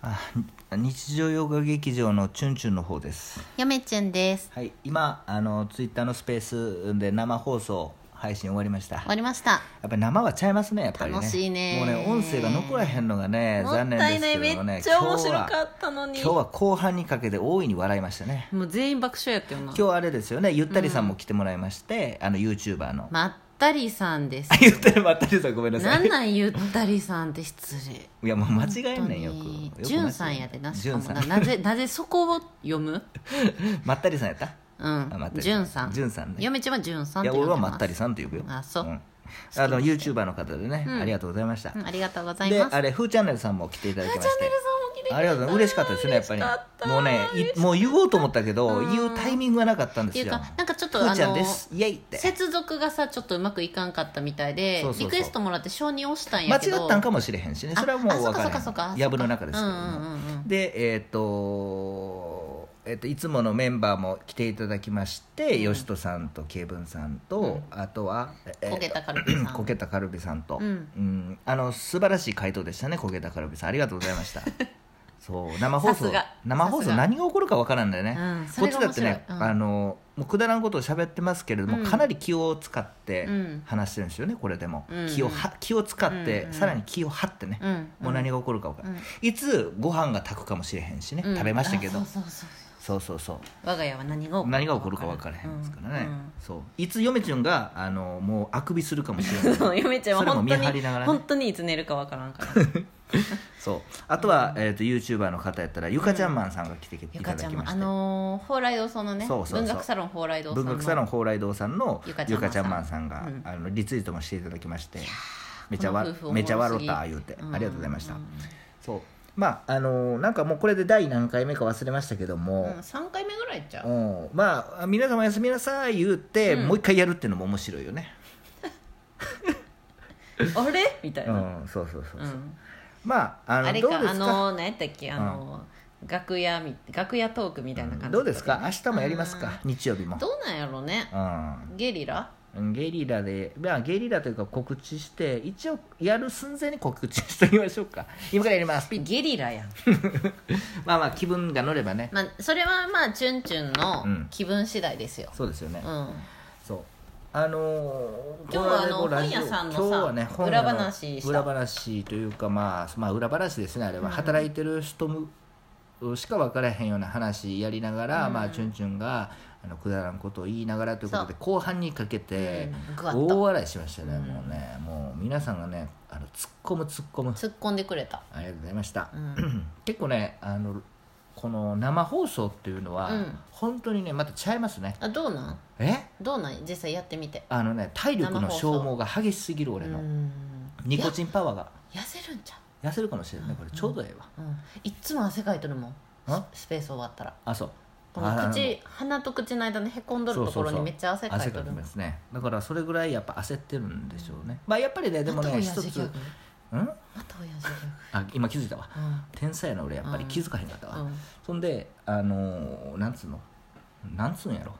あ日常洋画劇場のチュンチュンの方ですやめちゅんですはい今あのツイッターのスペースで生放送配信終わりました終わりましたやっぱり生はちゃいますねやっぱりね楽しいねもうね音声が残らへんのがねもったい残な念いですけどもねめっちゃ面今白日はかったのに今日は後半にかけて大いに笑いましたねもう全員爆笑やったよな今日あれですよねゆったりさんも来てもらいまして、あの YouTuber の、まったりさん ですゆったりまったりさんごめんなさないんなんゆったりさんって失礼いやもう間違えんねんよ本当にくじゅんさんやでなしじゅかんもさなんなぜなぜそこを読 むまったりさんやったうあまったんりじゅんさんじゅんさんね嫁ちゃんはじゅんさんいや呼ん俺ではますまったりさんって呼ぶよあそうんあの YouTuber の方でね、ありがとうございました、うんありがとうございでますあれふーチャンネルさんも来ていただきましてチャンネルさんも来てくれたありがとうございます嬉しかったですねやっぱり嬉しかったもうねいもう言おうと思ったけど言うタイミングがなかったんでっすていようかなんかちょっとふーあちゃんのですイエイって接続がさちょっとうまくいかんかったみたいでそうそうそうリクエストもらって承認押したん間やけど違ったんかもしれへんしねそれはもう分からああそうかそうかへそうかんやぶの中ですけどうんうんもうんうんでえっ、とえっと、いつものメンバーも来ていただきまして、よしとさんとケイブンさんと、あとは、えっとこけたカルビさんこけたカルビさんと、ううんんあの素晴らしい回答でしたねこけたカルビさんありがとうございま したそう生放さ送すが生放さ送すが何が起こるかわからんだよね、うんこそっれちがだってね面、白いうんあのもうくだらんことを喋ってますけれども、うんかなり気を使ってうん話してるんですよねこれでも、うん気をは気を使って、うんうんさらに気を張ってね、うんもう何が起こるかわからん、うんいつご飯が炊くかもしれへんしね、うん食べましたけどあそうそうそうそうそうそう我が家は何が起こる何が起こるか分からへんですからね、うんうんそういつ嫁ちゃんがあのもうあくびするかもしれ ないそう嫁ちゃんはそれも本見当に、張りながらね本当にいつ寝るかわからんから そうあとは、えー、と YouTuber の方やったらゆかちゃんマンさんが来ていゆたかだちゃんきもましあてのー、蓬莱堂さんのねそうそうそう文学サロン蓬莱堂さんの文学サロン蓬莱堂さんのゆかちゃんマンさんゆかちゃんマンさんが、うんあのリツイートもしていただきましてめちゃわこの夫婦おもろすぎめちゃ笑った言うてありがとうございました、うんうんそうまああのーなんかもうこれで第何回目か忘れましたけどもうん、、3回目ぐらいちゃう、うんまあ皆様おやすみなさい言うて、うんもう一回やるっていうのも面白いよねあれみたいうな、んそうそうそう、ううんまああのあれどうかですかあのー何やったっけあのー楽屋み楽屋トークみたいな感じ、どうですか明日もやりますか日曜日もどうなんやろうねうゲリラんゲリラでまあゲリラというか告知して一応やる寸前に告知しておきましょうか今からやりますゲリラやん、まあまあ気分が乗ればねまあ、それはまあチュンチュンうんの気分次第ですよ、そうですよねうんそうあのー今日はあのこれでもうラジオ本屋さんのさ今日はね本裏話した裏話というかまあ、まあ、裏話ですねあれは、働いてる人もしか分からへんような話やりながら、まあチュンチュンがあのくだらんことを言いながらということで後半にかけて、うんグワッと大笑いしましたね、もうねもう皆さんがねあの突っ込む突っ込む突っ込んでくれたありがとうございました、うん結構ねあのこの生放送っていうのは、うん本当にねまたちゃいますねあどうなんえどうなん実際やってみてあのね体力の消耗が激しすぎる俺うのんニコチンパワーが痩せるんじゃ痩せるかもしれないこれちょうどええわん、うん、いっつも汗かいとるもんあススペース終わったらあそうこのああ口鼻と口の間でへこんどるところにめっちゃ汗かい汗とかるきますねだからそれぐらいやっぱ焦ってるんでしょうねまあやっぱりねでもまたね親一父つギャんグまた親父ギあ今気づいたわャグ天才やな俺やっぱりうん気づかへんかったわ、うん、うん、そんであのーなんつうのなんつうんやろ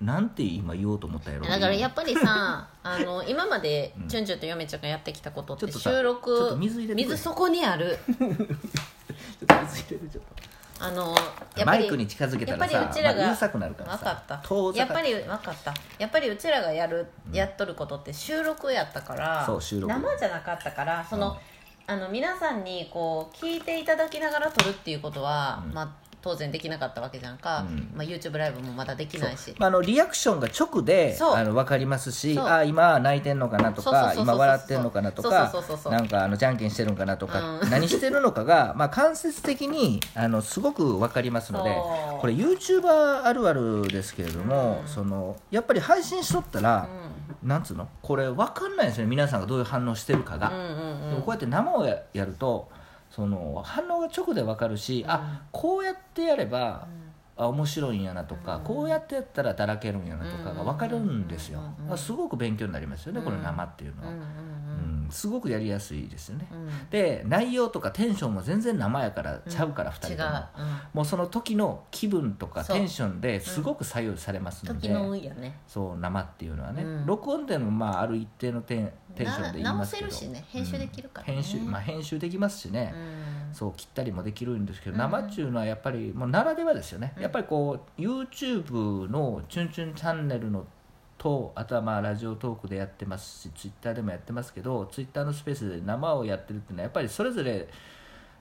なんて今言おうと思ったんやろだからやっぱぱり さあの今までうんチュンチュンとヨメちゃんがやってきたことっちょてっとさ収ちょっと録水入れてくれそこにあるあ のやっぱマりイクに近づけたやっらぱりさ、うちらまあうがるさくなるから分さかった遠ざやっかぱり分かったやっぱりうちらがやるやっとることって収録やったから、そう収録生じゃなかったからその、あの皆さんにこう聞いていただきながら撮るっていうことは、まあ当然できなかったわけじゃんか、うんまあ、YouTube ライブもまだできないしまあ、あのリアクションが直でそうあの分かりますしそうあ今泣いてんのかなとそうそうかそうそう今笑ってんのかなとかそうそうそうそうなんかあのじゃんけんしてるんかなとか、う何してるのか が、まあ、間接的にあのすごく分かりますのでそうこれ YouTuber あるあるですけれども、そのやっぱり配信しとったら、なんつうのこれ分かんないですよね皆さんがどういう反応してるかが。うんうんうんでもこうやって生をややるとその反応が直で分かるし、あこうやってやれば、あ面白いんやなとか、こうやってやったらだらけるんやなとかが分かるんですよ、まあすごく勉強になりますよね、この生っていうのは、うんうんうんすごくやりやすいですよね、うんうんで内容とかテンションも全然生やからちゃうから、二違2人うとも、もうその時の気分とかそうテンションですごく左右されますうのん、で、時の運やねそう生っていうのはね、うん録音でもまあある一定のテンテンションで言いなますけど直せるしね編集できるからね編集まあ編集できますしね、うんそう切ったりもできるんですけど、うん生っていうのはやっぱりもうならではですよね、うんやっぱりこう YouTube の「チュンチュンチャンネル」のとあとはまあラジオトークでやってますし Twitter でもやってますけど Twitter のスペースで生をやってるっていうのはやっぱりそれぞれ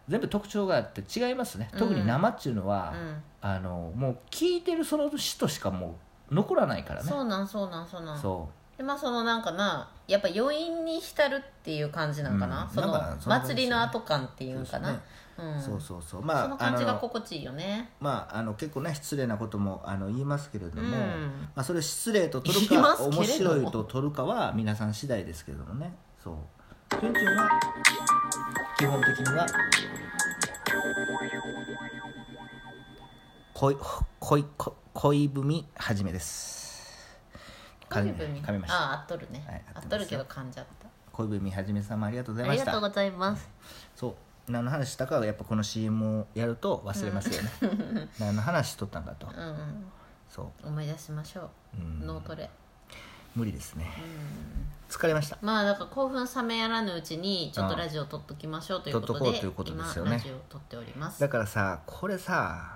全部特徴があって違いますね特に生っていうのは、うんあのもう聞いてるその人しかもう残らないからねそうなんそうなんそうなんそうでまあそのなんかなやっぱ余韻に浸るっていう感じなんかな、うんそのなんかそんな感じですね祭りの後感っていうかなう,、んそうそうそうそまのああ感じがの心地いいよねまああの結構ね失礼なこともあの言いますけれども、うんまあ、それを失礼と取る言いまかすけれども面白いと取るかは皆さん次第ですけれどもねそうチュンチュンは基本的には恋恋恋恋文はじめです噛み恋文噛みましたああ合っとるね、はい合合っってますよとるけど噛んじゃった恋文はじめさんもありがとうございあまりしがとうたございますそう何の話したかはやっぱこの CM をやると忘れますよね、何の話しとったんかとうん、うん、そ思い出しましょう、うんう、脳トレ無理ですねうん疲れましたまあなんか興奮冷めやらぬうちにちょっとラジオ撮っときましょうということで撮っとこうということですよね今ラジオ撮っておりますだからさこれさ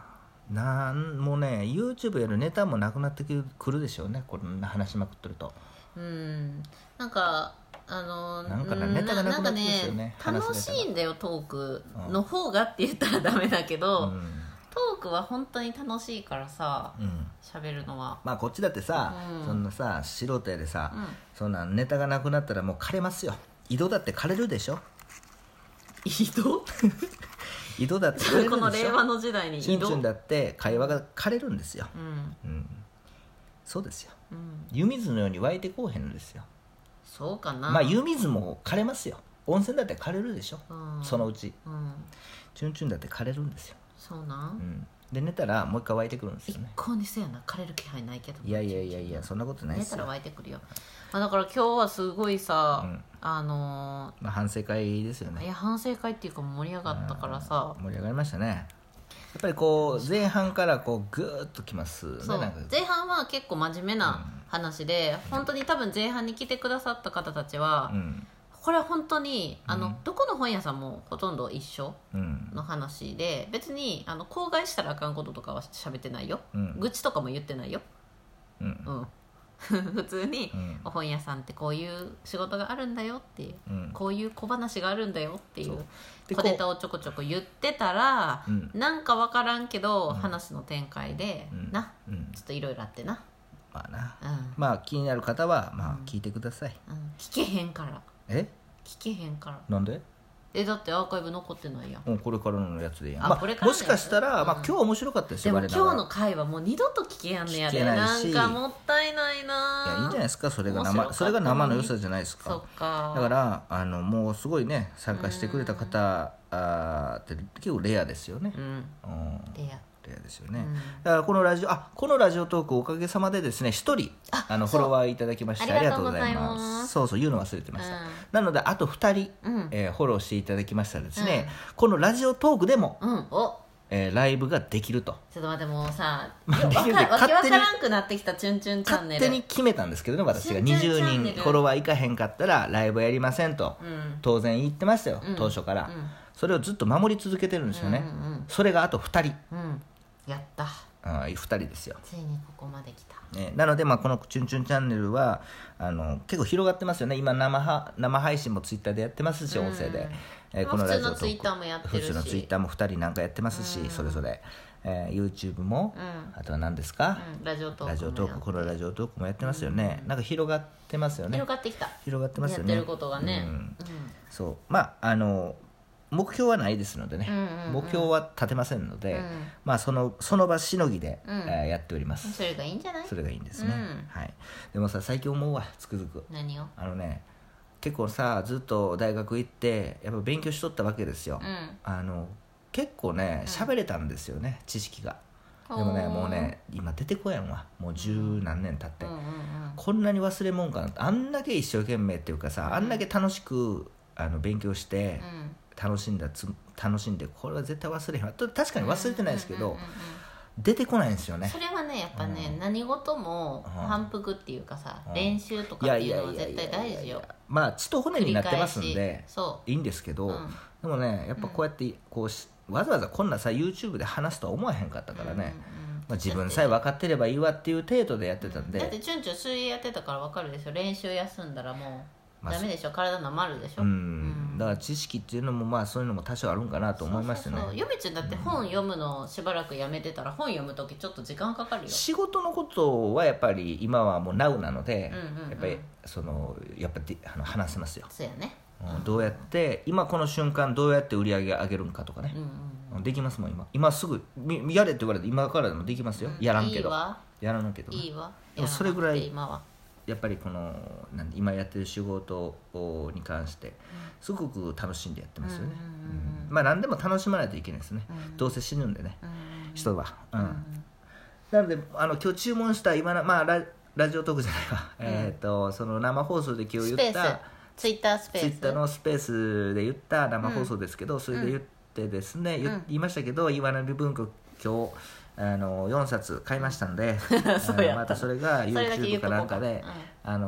なんもうね YouTube やるネタもなくなってくるでしょうねこんな話しまくってるとうんなんかあのなんかねネタがなくなってきますよねなんかね楽話すネタがしいんだよトークの方がって言ったらダメだけうど、ん、トークは本当に楽しいからさうん、喋るのはまあこっちだってさ、うんそんなさ素人やでさ、うんそんなネタがなくなったらもう枯れますよ井戸だって枯れるでしょ移動井戸だって枯れるでしょこの令和の時代にチュ移ンチュ動ンだって会話が枯れるんですよ、うんうん、そうですようん湯水のように湧いてこうへんのですよそうかな、まあ湯水も枯れますよ温泉だって枯れるでしょ、うん、そのうちうんチュンチュンだって枯れるんですよ、そうなうんん、で寝たらもう一回湧いてくるんです一よね向にせやな枯れる気配ないけどいやいやいやいやそんなことないで出すたよら、湧いてくるよ、まあ、だから今日はすごいさ、うんあのまあ、反省会ですよーいねや反省会っていうか盛り上がったからさ、盛り上がりましたねやっぱりこう前半からこうグーッときますねそうなんか前半は結構真面目な話で、本当に多分前半に来てくださった方たちは、うんこれは本当にあの、うんどこの本屋さんもほとんど一緒うんの話で別にあの口外したらあかんこととかは喋ってないよ、うん愚痴とかも言ってないよ、うんうん 普通に、うんお本屋さんってこういう仕事があるんだよっていううんこういう小話があるんだよっていそううで小ネタこをちょこちょこ言ってたら、うんなんか分からんけど、話の展開で、ううんなうんちょっといろいろあってな、まあなうんまあ気になる方はまあ聞いてください、うん聞けへんからえ聞けへんからなんでえだってアーカイブ残ってないやんもうこれからのやつでいいやんあまあこれからものやつしかしたら、まあう、ん今日は面白かったですでよも我今々日はの回はもう二度と聞けやんねやで聞けななんいしかもったいないないやいいんじゃないいですかそれが面白か生ったそれが生の良さじゃないですそかっかだからあのもうすごいね参加してくれた方あーって結構レアですよね、うんうん、レアレアですよね、うんだからこのラジオあこのラジオトークおかげさまでですね一人あのフォロワーいただきましてあありりががととううごござざいいますますそうそう言うの忘れてました、うんなのであと二人、うんえーフォローしていただきましたらですね、このラジオトークでも、うんおえーライブができるとちょっと待っても うさまあよわかできるわけわ勝か手にらんくなってきた「チュンチュンチャンネ勝手ル」に決めたんですけどね私が新チャンネル20人フォロワーいかへんかったらライブやりませんと、うん当然言ってましたよ、当初から、うんそれをずっと守り続けてるんですよね、うんうんうんそれがあと2人うんやったあ2人ですよ、ついにここまで来たね、なので、まあ、この「チュンチュンチャンネルは」あの結構広がってますよね今生は生配信もツイッターでやってますし音声で、えーまあ普通トのークツイッターもやってるし普通のツイッターも2人なんかやってますし、それぞれ、えー YouTube も、うんあとは何ですか、うんラジオトークもラジオトークこのラジオトークもやってますよね、なんか広がってますよね広がってきた広がってますよねやってることがね、ううんんそうまああの目標はないですのでね、うんうんうん目標は立てませんので、うんまあそのその場しのぎで、うんえーやっておりますそれがいいんじゃないそれがいいんですね、うんはいでもさ最近思うわつくづく何をあのね結構さずっと大学行ってやっぱ勉強しとったわけですよ、うんあの結構ね喋れたんですよね、知識がでもねほうもうね今出てこやんわもう十何年経って、うんうんうんこんなに忘れもんかなってあんだけ一生懸命っていうかさあんだけ楽しくあの勉強して楽しんだつ楽しんでこれは絶対忘れへんわと確かに忘れてないですけど、うんうんうんうん出てこないんですよねそれはねやっぱね、うん何事もうん反復っていうかさ、うん練習とかっていうのは絶対大事よまあ血と骨になってますん繰り返でしそういいんですけど、うんでもねやっぱこうやってこうしわざわざこんなさ YouTube で話すとは思わへんかったからね、うんうんまあ、自分さえ分かってればいいわっていう程度でやってたんで、だってチュンチュン水泳やってたから分かるでしょ練習休んだらもうまあダメでしょ体なまるでしょ、うんうんだから知識っていうのもまあそういうのも多少あるんかなと思いましたねそうそうそうヨミちゃんだって本読むのしばらくやめてたら本読む時ちょっと時間かかるよ仕事のことはやっぱり今はもう NOW なので、うんうんうんやっぱりそのやっぱりあの話せますよ、そうやねうんどうやって今この瞬間どうやって売り上げ上げるんかとかねうん、うんうんできますもん今今すぐみやれって言われて今からでもできますよ、やらんけどいいわやらんけどね、いいわでもそれぐらいやなくて今はやっぱりこのなん今やってる仕事をに関してすごく楽しんでやってますよね、うんうんまあ何でも楽しまないといけないですね、うんどうせ死ぬんでね、うん人は、うんなのであの今日注文した今のまあララジオトークじゃないわ、えっ、とその生放送で今日スペ言っースたツイッタースペーツイスッターのスペースで言った生放送ですけど、それで言ってですね、言言いましたけど岩波文庫今日あの4冊買いましたんで そうやったあのまたそれがそれだけ言 YouTube うとかこなんかでかあの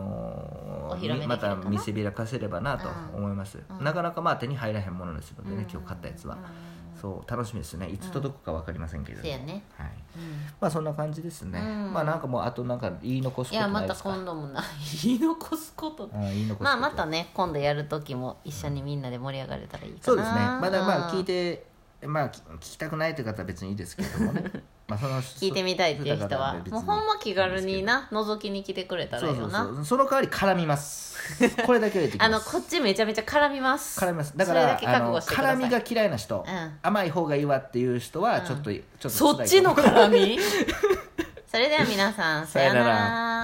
お披露目できるかなまた見せびらかせればなとうん思います、うんなかなかまあ手に入らへんものですのうでんね、今日買ったやつは、うんそう楽しみですねいつ届くか分かりませんけれどそうやねはい、うんまあそんな感じですね、うんまあなんかもうあとなんか言い残すいことやまないたですか今度もない言い残すことうん言い残すことまあまたね今度やる時も一緒にみんなで盛り上がれたらいいかなそうですねまだまあ聞いてまあき聞きたくないという方は別にいいですけれどもね まあその聞いてみたいっていう人はもうほんま気軽にな覗きに来てくれたらそいういそようなそうその代わり絡みます これだけは言ってきますあのこっちめちゃめちゃ絡みます絡みますだかそれらだけ覚あ悟のしてください辛みが嫌いな人、うん甘い方がいいわっていう人はちょっと、ちょっとそっち の辛いかも絡みそれでは皆さんさようさよななら